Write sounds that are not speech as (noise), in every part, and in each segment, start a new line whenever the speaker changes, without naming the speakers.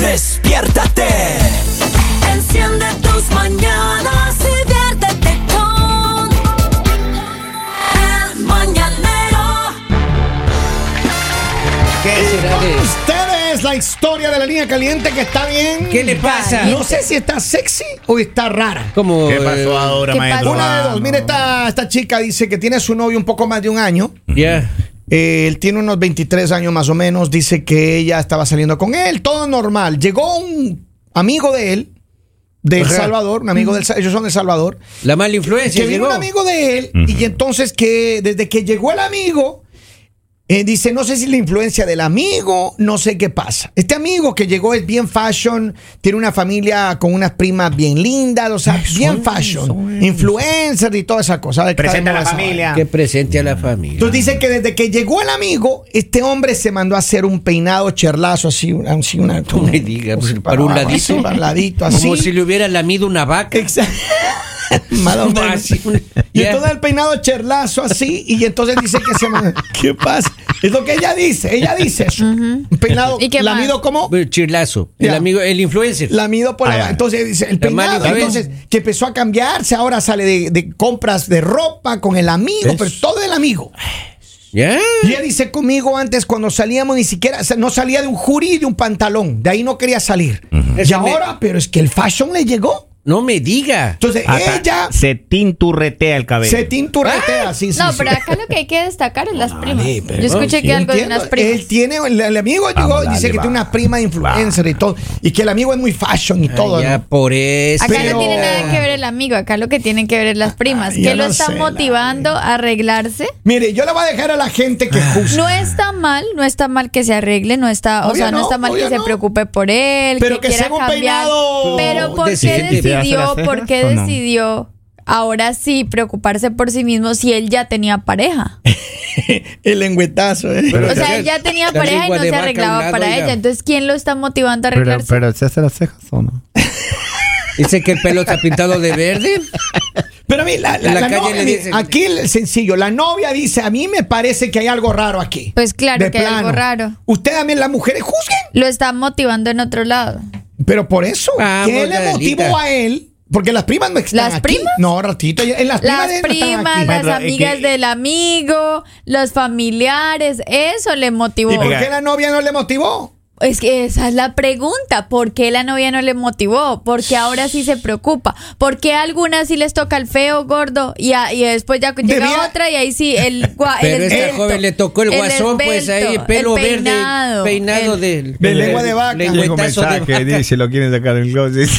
despiértate.
Enciende tus mañanas y viértete con El Mañanero.
¿Qué
Y
será
con
que-
ustedes la historia de la línea caliente que está bien.
¿Qué le pasa?
No sé si está sexy o está rara.
¿Cómo?
¿Qué
eh,
pasó ahora,
¿qué
maestro?
pasó?
Una de
Ah,
dos.
no.
Mira, esta, esta chica dice que tiene a su novio un poco más de un año.
Ya.
Eh, él tiene unos 23 años más o menos. Dice que ella estaba saliendo con él. Todo normal. Llegó un amigo de él, de El
Ajá.
Salvador. Un amigo del Sa- ellos son de El Salvador.
La mala influencia
que vino
llegó.
un amigo de él
Ujú.
y entonces que desde que llegó el amigo eh, dice no sé si la influencia del amigo no sé qué pasa este amigo que llegó es bien fashion tiene una familia con unas primas bien lindas o sea bien fashion influencer y toda esa cosa
Presenta a la
Esa-
familia.
Que presente a la familia.
entonces dice que desde que llegó el amigo, este hombre se mandó a hacer un peinado charlazo así, una- así una.
No me digas, pues,
así
para un
abajo,
ladito.
así, para un ladito, así. Eh,
Como si le hubiera lamido una vaca.
(laughs) Exacto. Más o menos.
Así, un-
Y
ya.
entonces el peinado cherlazo así, y entonces dice que se man- (laughs) ¿Qué pasa? Es lo que ella dice, ella dice eso. Un peinado
¿Y qué más?
lamido como
Bueno, Eh, Chirlazo. El
Ya.
amigo, el influencer.
lamido por
Ah,
la
ya.
Entonces dice, el
La mala
peinado.
influencia.
Entonces, que empezó a cambiarse, ahora sale de, de compras de ropa con el amigo,
Es-
pero todo el amigo.
¿Ya?
Y ella dice conmigo antes cuando salíamos ni siquiera, o sea, no salía de un jurí y de un pantalón, de ahí no quería salir. Y
Eso
ahora, pero es que el fashion le llegó.
No me diga.
Entonces
Hasta
ella
Se tinturretea el cabello.
se tinturretea, sí, sí,
Ah, No,
sí.
pero acá lo que hay que destacar es las primas.
pero
Yo escuché
sí,
que algo de
Entiendo,
unas primas.
Él tiene, el, el amigo llegó
Vamos,
y dice
dale,
que
va.
tiene una prima influencer y todo, y que el amigo es muy fashion y todo.
Ay, ya,
¿no?
por eso.
Acá
pero-
no tiene nada que ver el amigo, acá lo que tienen que ver es las primas,
Ay, Ah, yo
que lo
no
está
sé, la
motivando a arreglarse.
Mire, yo le voy a dejar a la gente que juzgue,
No está mal, no está mal que se arregle, no está, o
Obvio
sea, no,
no,
está mal
obvio
que se
no.
preocupe por él,
Pero que
quiera
sea un
cambiar.
peinado
Pero ¿por qué
decente.
¿Te hace las
decidió,
cejas
por qué
o no?
decidió ahora sí preocuparse por sí mismo si él ya tenía pareja?
el lengüetazo. ¿eh?
Pero
o sea,
también-
él ya tenía
también
pareja y no
Guademaca
se
a un
arreglaba
lado,
para
oiga.
ella, entonces ¿quién lo está motivando a
Pero,
arreglarse?
pero se hace las cejas o no.
Dice que el pelo está pintado de verde.
Pero a mí, la, la-
En la
la
calle
novia,
le
mire,
dicen-
aquí el sencillo, la novia dice, a mí me parece que hay algo raro aquí.
Pues claro
De
que hay algo raro.
Usted también, las mujeres juzguen,
Lo está motivando en otro lado.
pero por eso,
Vamos,
¿qué le
Adelita.
motivó a él? Porque las primas no están
¿Las
aquí.
primas?
No, ratito, ya- en las,
Las
primas, de él no están
primas,
aquí.
las
Bueno, es
amigas
que-
del amigo, los familiares, eso le motivó.
¿Y por
Oiga.
qué la novia no le motivó?
Es que esa es la pregunta, ¿por qué la novia no le motivó? ¿Por qué ahora sí se preocupa? ¿Por qué a algunas sí les toca el feo gordo y, a- y después ya llega
Debiera-
otra y ahí sí el gua- (laughs) el
Pero esta
esbelto,
joven le tocó el guasón, pues ahí,
esbelto,
pelo
el
verde, peinado
el-
del.
De lengua de vaca.
lengüetazo
Llega un
de
mensaje,
vaca.
dice, lo quieren sacar del closet.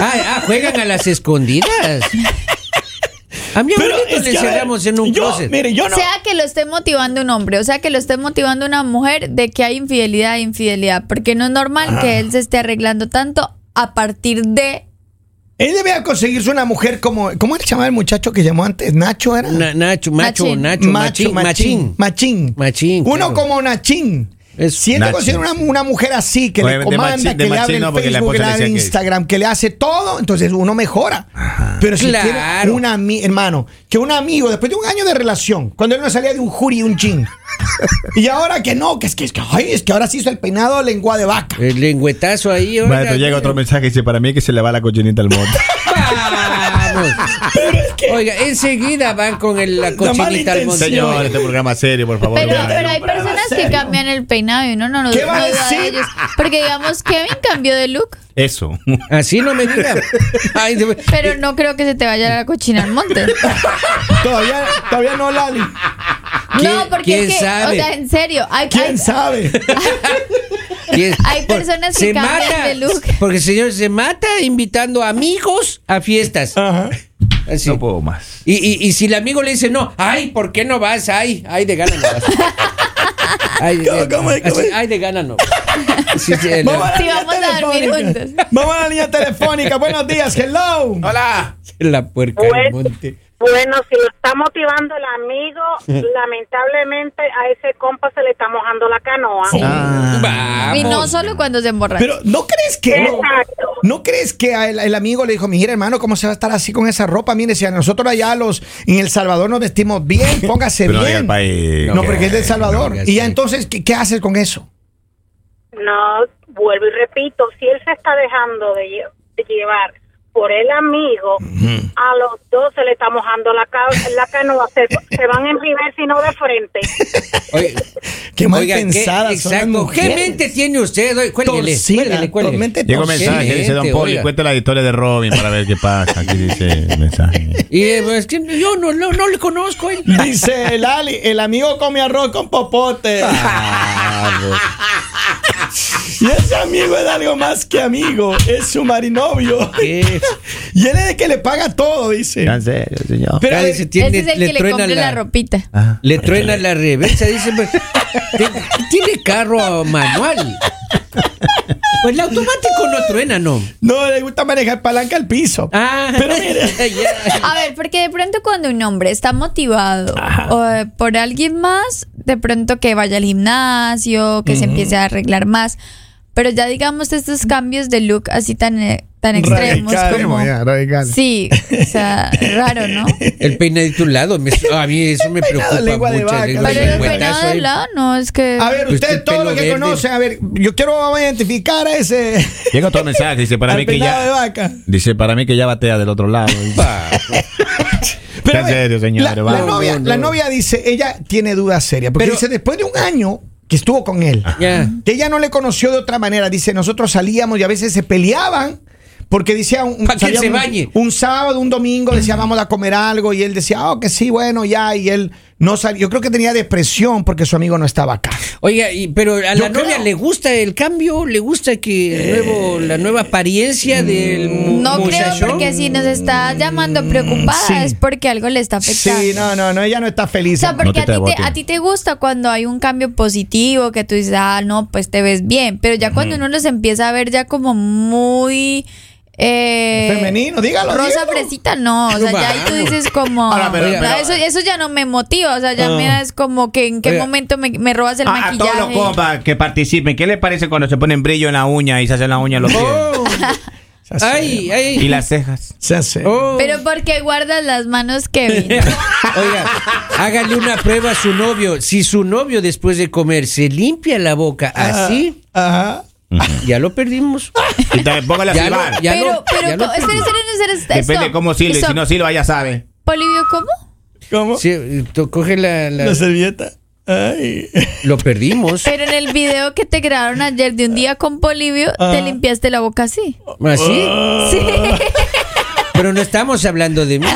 Ah, ah, juegan a las escondidas. A mi
Pero
abuelito
es
le
que, a ver,
encerramos en un
yo,
closet.
Mire, yo no.
Sea que lo esté motivando un hombre, o sea que lo esté motivando una mujer de que hay infidelidad e infidelidad, porque no es normal que él se esté arreglando tanto a partir de
Él debía conseguirse una mujer como. ¿Cómo se llamaba el muchacho que llamó antes? ¿Nacho era?
Na- Nacho, macho,
Machín.
Nacho, machín, machín.
Machín.
Machín,
Uno
claro.
como Nachín.
Es-
si él
Nachín.
consigue una, una mujer así, que le
Obviamente,
comanda,
Machín- de
que le
Machín
abre el
no, porque la
Facebook, que le
esposa
abre
decía que-
Instagram, que le hace todo, entonces uno mejora. Pero si
Claro.
tiene un ami- hermano, que un amigo, después de un año de relación, cuando él no salía de un jury y un chin,
(laughs)
y ahora que no, que es que, es que, ay, es que ahora sí hizo el peinado lengua de vaca.
El lengüetazo ahí. oiga.
(laughs) Maestro, llega otro mensaje y dice, para mí que se le va la cochinita al
(laughs)
monte.
Vamos. Oiga, enseguida van con el- la cochinita al monte.
Señor, este programa es serio, por favor.
Pero,
ya.
pero hay personas que cambian el peinado y uno no lo
¿Qué va a
no duda de
decir?
ellos. Porque digamos, Kevin cambió de look,
Eso.
Así no me diga. Ay, de-
pero no creo que se te vaya la cochina al monte.
Todavía, todavía no, Lali.
¿Quién-
No, porque
quién
es que,
sabe?
o sea, en serio, hay, hay,
¿Quién sabe?
¿quién-
(laughs) hay personas que
se
cambian
mata.
de look.
Porque, señor, se mata invitando amigos a fiestas.
Ajá.
Así.
No puedo más.
Y, y, y si el amigo le dice no, ay, ¿por qué no vas? Ay, ay, de gana no vas. Ay, de,
¿Cómo, cómo,
así,
cómo?
ay, de gana no. Sí, sí, el-
Vamos a la
Sí,
línea
vamos a dormir
telefónica.
juntos.
Vamos a la línea telefónica. Buenos días, hello.
Hola.
(laughs) la puerca del monte.
Bueno, si lo está motivando el amigo, lamentablemente a ese compa se le está mojando la canoa.
Ah,
Ah,
Vamos.
Y no solo cuando se emborracha.
Pero ¿no crees que no,
Exacto.
¿no crees que a el, el amigo le dijo, mira hermano, ¿cómo se va a estar así con esa ropa? Mire, si a nosotros allá los en El Salvador nos vestimos bien, póngase
Pero no diga
bien.
eh,
el país.
no, porque es de El Salvador.
No diga
y ya
sí.
entonces, ¿qué, qué haces con eso?
No, vuelvo y repito, si él se está dejando de, lle- de llevar por el amigo, a los dos se le está mojando la, ca- la canoa, se, se van en reversa y no de frente.
Oye,
(laughs) Qué mal
oiga,
pensadas son las
exacto. ¿Qué
mujeres.
mente tiene usted? Oye, cuélguele,
Torcida,
cuélguele, cuélguele.
tormente
Llega un
torcida.
mensaje, dice Don Poli,
oiga.
cuenta la historia de Robin para ver qué pasa. Aquí dice el mensaje.
Y eh, pues, que yo no, no, no le conozco. eh.
Dice el Ali, el amigo come arroz con popote. Ah. y ese amigo es algo más que amigo, es su marinovio.
¿Qué?
Y él es el que le paga todo, dice.
Ya en serio, señor.
Pero a ver,
Cállese, tiene-
Ese es el que le
truena
compré la ropita.
Ah.
Le truena la reversa, dice. pues, te- tiene carro manual. Pues el automático no truena, no.
no le gusta manejar palanca al piso.
Ah,
Pero
(laughs)
mire,
A ver, porque de pronto cuando un hombre está motivado eh, por alguien más, de pronto que vaya al gimnasio, que se empiece a arreglar más, pero ya digamos estos cambios de look así tan, eh, tan extremos
Radical,
como...
ya, radical.
Sí, o sea, raro,
(laughs)
¿no?
El peinadito a un lado, me- a mí eso me preocupa
lengua de
mucho.
vaca,
digo,
la
Pero
el
el
cuetazo,
peinado de
eh.
lado no, es que...
a ver,
Pues
ustedes
tu
todo lo
pelo
que
verde.
conocen, a ver, yo quiero vamos a identificar a ese
Llega otro mensaje, dice
(laughs)
para
al
mí que
pelado de
ya.
vaca.
Dice para mí que ya batea del otro lado.
Pero,
en
a ver,
serio, señores,
La, la
vamos.
novia,
No, no.
la novia dice, ella tiene dudas serias, porque
Pero-
dice, después de un año que estuvo con él,
Ah.
Ya.
que ella no le conoció de otra manera, dice, nosotros salíamos y a veces se peleaban. Porque decía un,
Pa' que
salían
se
un-
bañe.
un sábado, un domingo, decía vamos a comer algo y él decía, ah, que sí, bueno, ya, y él no salió. Yo creo que tenía depresión porque su amigo no estaba acá.
Oiga, y- pero a
Yo
la novia
creo.
le gusta el cambio, le gusta que el nuevo, la nueva apariencia del mu-
No creo
muchacho.
porque si nos está llamando preocupada
sí.
es porque algo le está afectando.
Sí, no, no, no, ella no está
O
feliz.
sea, porque
te
a, ti te,
debote.
a ti te gusta cuando hay un cambio positivo, que tú dices, ah, no, pues te ves bien. Pero ya cuando uno los empieza a ver ya como muy... eh,
Femenino, dígalo,
Rosa
dígalo.
fresita, no. O sea, ya ahí tú
Vamos.
dices como...
Ahora, pero-
o sea,
pero-
eso, eso ya no me motiva. O sea, ya me das como que en qué
Ah. Oiga.
momento me, me robas el
Ah, A, a
maquillaje.
todos los compas que participen, ¿qué les parece cuando se ponen brillo en la uña y se hacen la uña en los pies?
Oh. Ay, ay.
Y las cejas.
Se hace.
Oh.
Pero porque guardas las manos,
(laughs)
Kevin.
Oiga, hágale una prueba a su novio. Si su novio después de comer se limpia la boca
Ah.
así, ah.
Ajá.
ya lo perdimos.
Y te pongan a
Ya lo,
silbar.
ya
pero,
lo-
pero,
ya lo
co- espera,
perdimos.
espera, espera, espera,
Depende
stop,
de cómo sirve. Si
stop.
no sirve, ya sabe.
Polivio, ¿cómo?
¿Cómo?
Sí, tú coge la, la-
La servilleta. Ay.
lo perdimos.
Pero en el video que te grabaron ayer de un día con Polivio, te limpiaste la boca así.
Así.
Oh. Ah.
Sí. (laughs)
Pero no estamos hablando de mí.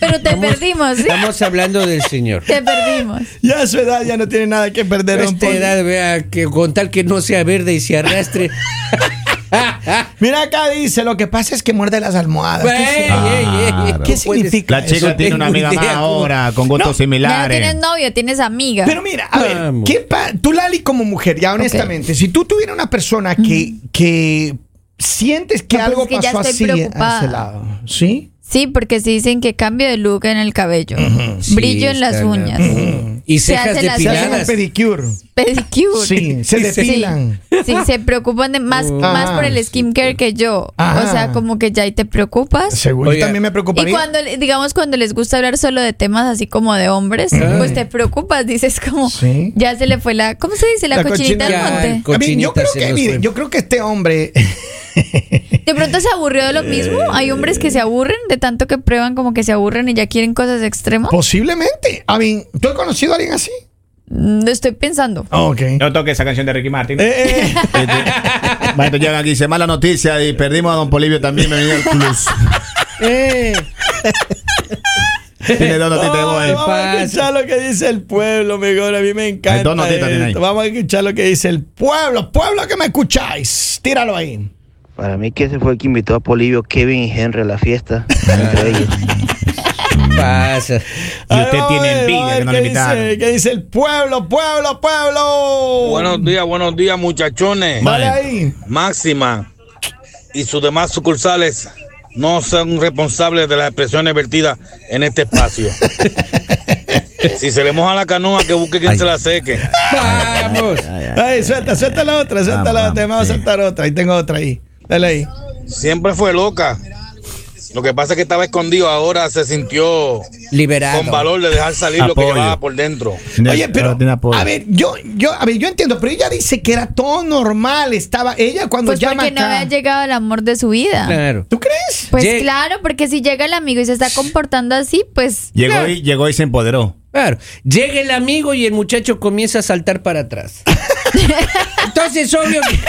Pero te perdimos, ¿sí?
Estamos hablando del señor.
Te perdimos.
Ya a su edad ya no tiene nada que perder.
Pero
don
esta
Poli.
edad, vea, que con tal que no sea verde y se arrastre. (laughs)
Mira acá dice, lo que pasa es que muerde las almohadas.
Ey,
¿Qué es-
ey, ey,
Claro.
no
¿Qué
puedes-
significa?
La chica
Eso
tiene una
tengo
amiga
idea,
más
¿cómo?
ahora, con gustos
Ya no
similares.
tienes novio, tienes amiga.
Pero mira, a ver,
Vamos.
¿qué pa- tú Lali como mujer, ya honestamente, si tú tuvieras una persona que, que sientes que
No, pues
algo
es que ya
pasó
estoy
así a
preocupada.
ese lado, ¿sí?
Sí, porque se dicen que cambio de look en el cabello, brillo
Sí,
en las
está
uñas,
Mm. Y
Se
cejas
hace la-
Se hacen un
depiladas.
pedicure.
pedicure.
Sí, se
Sí.
depilan.
Sí, se preocupan de más, más por el skincare que yo.
Ah.
O sea, como que ya ahí te preocupas.
Seguro.
Oiga.
Yo también me preocuparía.
Y cuando, le- digamos, cuando les gusta hablar solo de temas así como de hombres, pues te preocupas, dices como,
Ah. Sí.
ya se le fue la, ¿cómo se dice? La,
La
cochinita
cochina-
Ya,
al
el
monte.
co-
A mí, yo
Cochinita
creo
se
que,
nos
mire,
fue.
yo creo que este hombre (laughs)
De pronto se aburrió de lo mismo. Hay hombres que se aburren de tanto que prueban como que se aburren y ya quieren cosas extremas.
posiblemente, a mí, ¿tú has conocido a alguien así?
Mm, Lo estoy pensando.
Ok. (laughs) Eh,
No toques esa canción de Ricky Martin. Este,
eh,
Bueno, llegan aquí, dice mala noticia y perdimos a Don Polivio también, me vino
(laughs)
el plus.
Eh,
Tiene dos notitas de voz. ahí.
vamos a escuchar lo que dice el pueblo, mejor. A mí me encanta.
Hay dos notitas, tiene ahí.
esto. Vamos a escuchar lo que dice el pueblo. Pueblo que me escucháis. Tíralo ahí.
Para mí que ese fue el que invitó a Polivio, Kevin y Henry a la fiesta. Entre ellos.
pasa.
Y
Ahí
usted
vamos a ver,
tiene
vamos
envidia
a ver
que no
qué
le invitaron.
dice, ¿Qué dice el pueblo, pueblo, pueblo?
Buenos días, buenos días,
Dale
muchachones.
Vale.
ahí.
Máxima y sus demás sucursales no son responsables de las expresiones vertidas en este espacio. si se le moja la canoa, que busque quien se la seque.
Vamos.
Ahí, suelta, suelta la otra, suelta
Vamos,
la otra.
vamos,
Vamos a
sí.
saltar otra. Ahí tengo otra ahí. Dale ahí.
Siempre fue loca. Lo que pasa es que estaba escondido, ahora se sintió
Liberado.
con valor de dejar salir lo
Apoyo.
que llevaba por dentro.
Oye, pero
Tiene apoyo.
a ver, yo, yo, a ver, yo entiendo, pero ella dice que era todo normal, estaba ella cuando
Pues
llama
porque no
acá.
había llegado el amor de su vida.
Claro.
¿Tú crees?
Pues
Lleg-
claro, porque si llega el amigo y se está comportando así, pues
Llegó y, llegó y se empoderó.
Claro. Llega el amigo y el muchacho comienza a saltar para atrás.
(laughs)
Entonces, obvio que.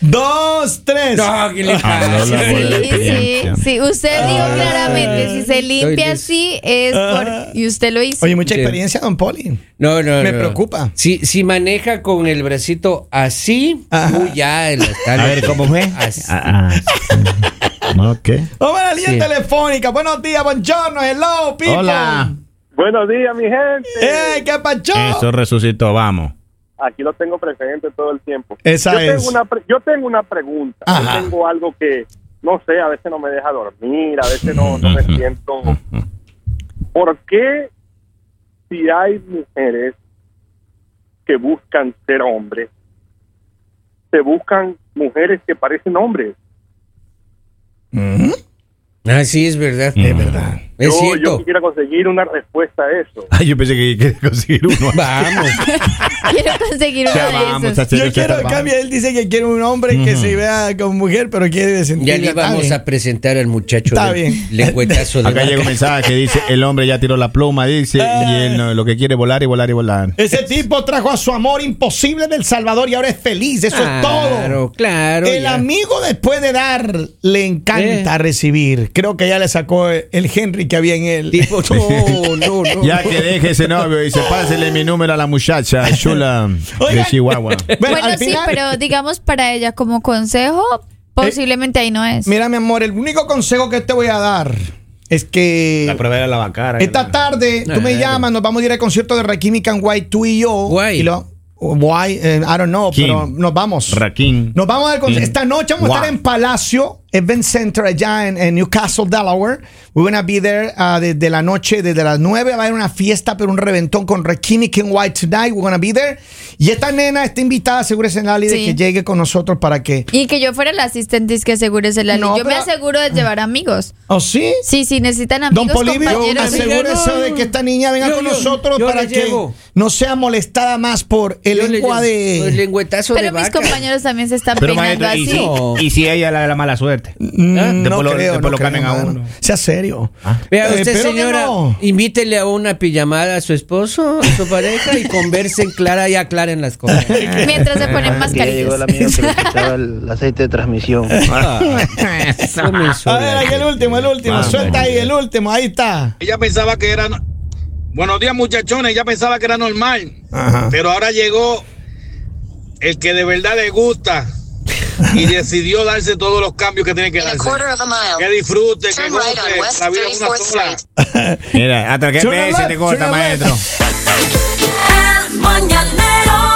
Dos, tres.
No, ¿qué le pasa?
Ah, no, la buena
sí, sí,
experiencia.
sí. Usted dijo
Ah.
claramente, si se limpia
listo.
así es por... Y usted lo hizo.
Oye, mucha
Sí.
experiencia, don Poli.
No, no,
Me
no.
preocupa.
Si, si maneja con el bracito así,
Ajá.
tú ya la estás-
A ver, ¿cómo fue?
Así.
Ah, ah,
(laughs)
sí. Ok.
Vamos a la línea
Sí.
telefónica. Buenos días, buongiorno, hello, people.
Hola.
Buenos días, mi gente.
¡Eh, qué pacho!
Eso resucitó, vamos. (laughs)
Aquí lo tengo presente todo el tiempo.
Esa
yo,
es.
Tengo una pre- yo tengo una pregunta.
Ajá.
Yo tengo algo que, no sé, a veces no me deja dormir, a veces no, no me siento. ¿Por qué si hay mujeres que buscan ser hombres, se buscan mujeres que parecen hombres?
Ah, sí, es verdad.
Es
verdad. Es
Yo, yo
cierto.
quisiera conseguir una respuesta a eso.
Ay, Ah, yo pensé que quería conseguir (laughs) uno.
Vamos.
(laughs) Quiero conseguir uno
Ya
de
vamos,
esos.
así
Yo
que
quiero,
está-
cambio, él dice que quiere un hombre que se vea con mujer, pero quiere sentir.
Ya le vamos a presentar al muchacho
Está
del
bien.
lengüetazo de
Acá llega un
vaca.
mensaje que dice, el hombre ya tiró la pluma, dice, y él no, lo que quiere es volar y volar y volar.
Ese tipo trajo a su amor imposible del Salvador y ahora es feliz, eso es todo.
Claro, claro.
El
ya.
amigo después de dar le
Eh.
encanta recibir. Creo que ya le sacó el Henry que había en él. (laughs)
Tipo, no, no, no.
Ya que deje ese novio y se pásele mi número a la muchacha, Shula de
Oigan.
Chihuahua.
Bueno,
al
sí,
final-
pero digamos para ella como consejo, posiblemente ahí no es.
Mira, mi amor, el único consejo que te voy a dar es que
prueba Eh. la bacara.
esta tarde tú me
Claro.
llamas, nos vamos a ir al concierto de Rakim y Kanwai, tú y yo.
Guay.
Y lo- guay, eh, I don't know,
Kim.
pero nos vamos.
Raquín.
Nos vamos al concierto.
Mm.
Esta noche vamos a estar
Wow.
en Palacio Event Center allá en, en Newcastle, Delaware. We're gonna be there uh, desde la noche, desde las 9. Va a haber una fiesta, pero un reventón con Rakimi King White tonight. We're gonna be there. Y esta nena está invitada, asegúrese en la ley de
Sí.
que llegue con nosotros para que.
Y que yo fuera la asistente es que asegúrese la
No,
Yo me
pero-
aseguro de llevar amigos.
¿Oh, sí?
Sí, sí, necesitan
Don
amigos,
Polivio,
compañeros.
aseguro-
asegúrese
no,
de que esta niña venga
yo-
con
yo-
nosotros
yo
para
le
que
llevo.
no sea molestada más por el
Yo le
lengua
llamo- el
de.
lengüetazo de
Pero mis
vaca.
compañeros también se están
Pero
peinando
maestro, y
así.
si, y si ella la, la mala suerte.
Mm, No
Ah, Después lo-
creo, no
después lo
creo,
cambian a
mano.
uno. Ah.
Sea serio.
Vea
Eh,
usted,
espero que
señora,
no.
invítele a una pijamada a su esposo, a su pareja y conversen clara y aclaren las
(laughs)
cosas.
Mientras se ponen
Que ya llegó
mascarillas.
el amigo que le quitaba el aceite de transmisión.
A ver, aquí el último, el último.
Vamos.
Suelta ahí, el último. Ahí está.
Ella pensaba que era. no- Buenos días, muchachones. Ella pensaba que era normal. Pero ahora llegó el que de verdad le gusta y decidió darse todos los cambios que tiene que darse. Que disfrute, que goce. La vida es una sola.
(laughs) Mira, hasta que
Suena
veces
la-
te corta,
suena la-
maestro.
El mañanero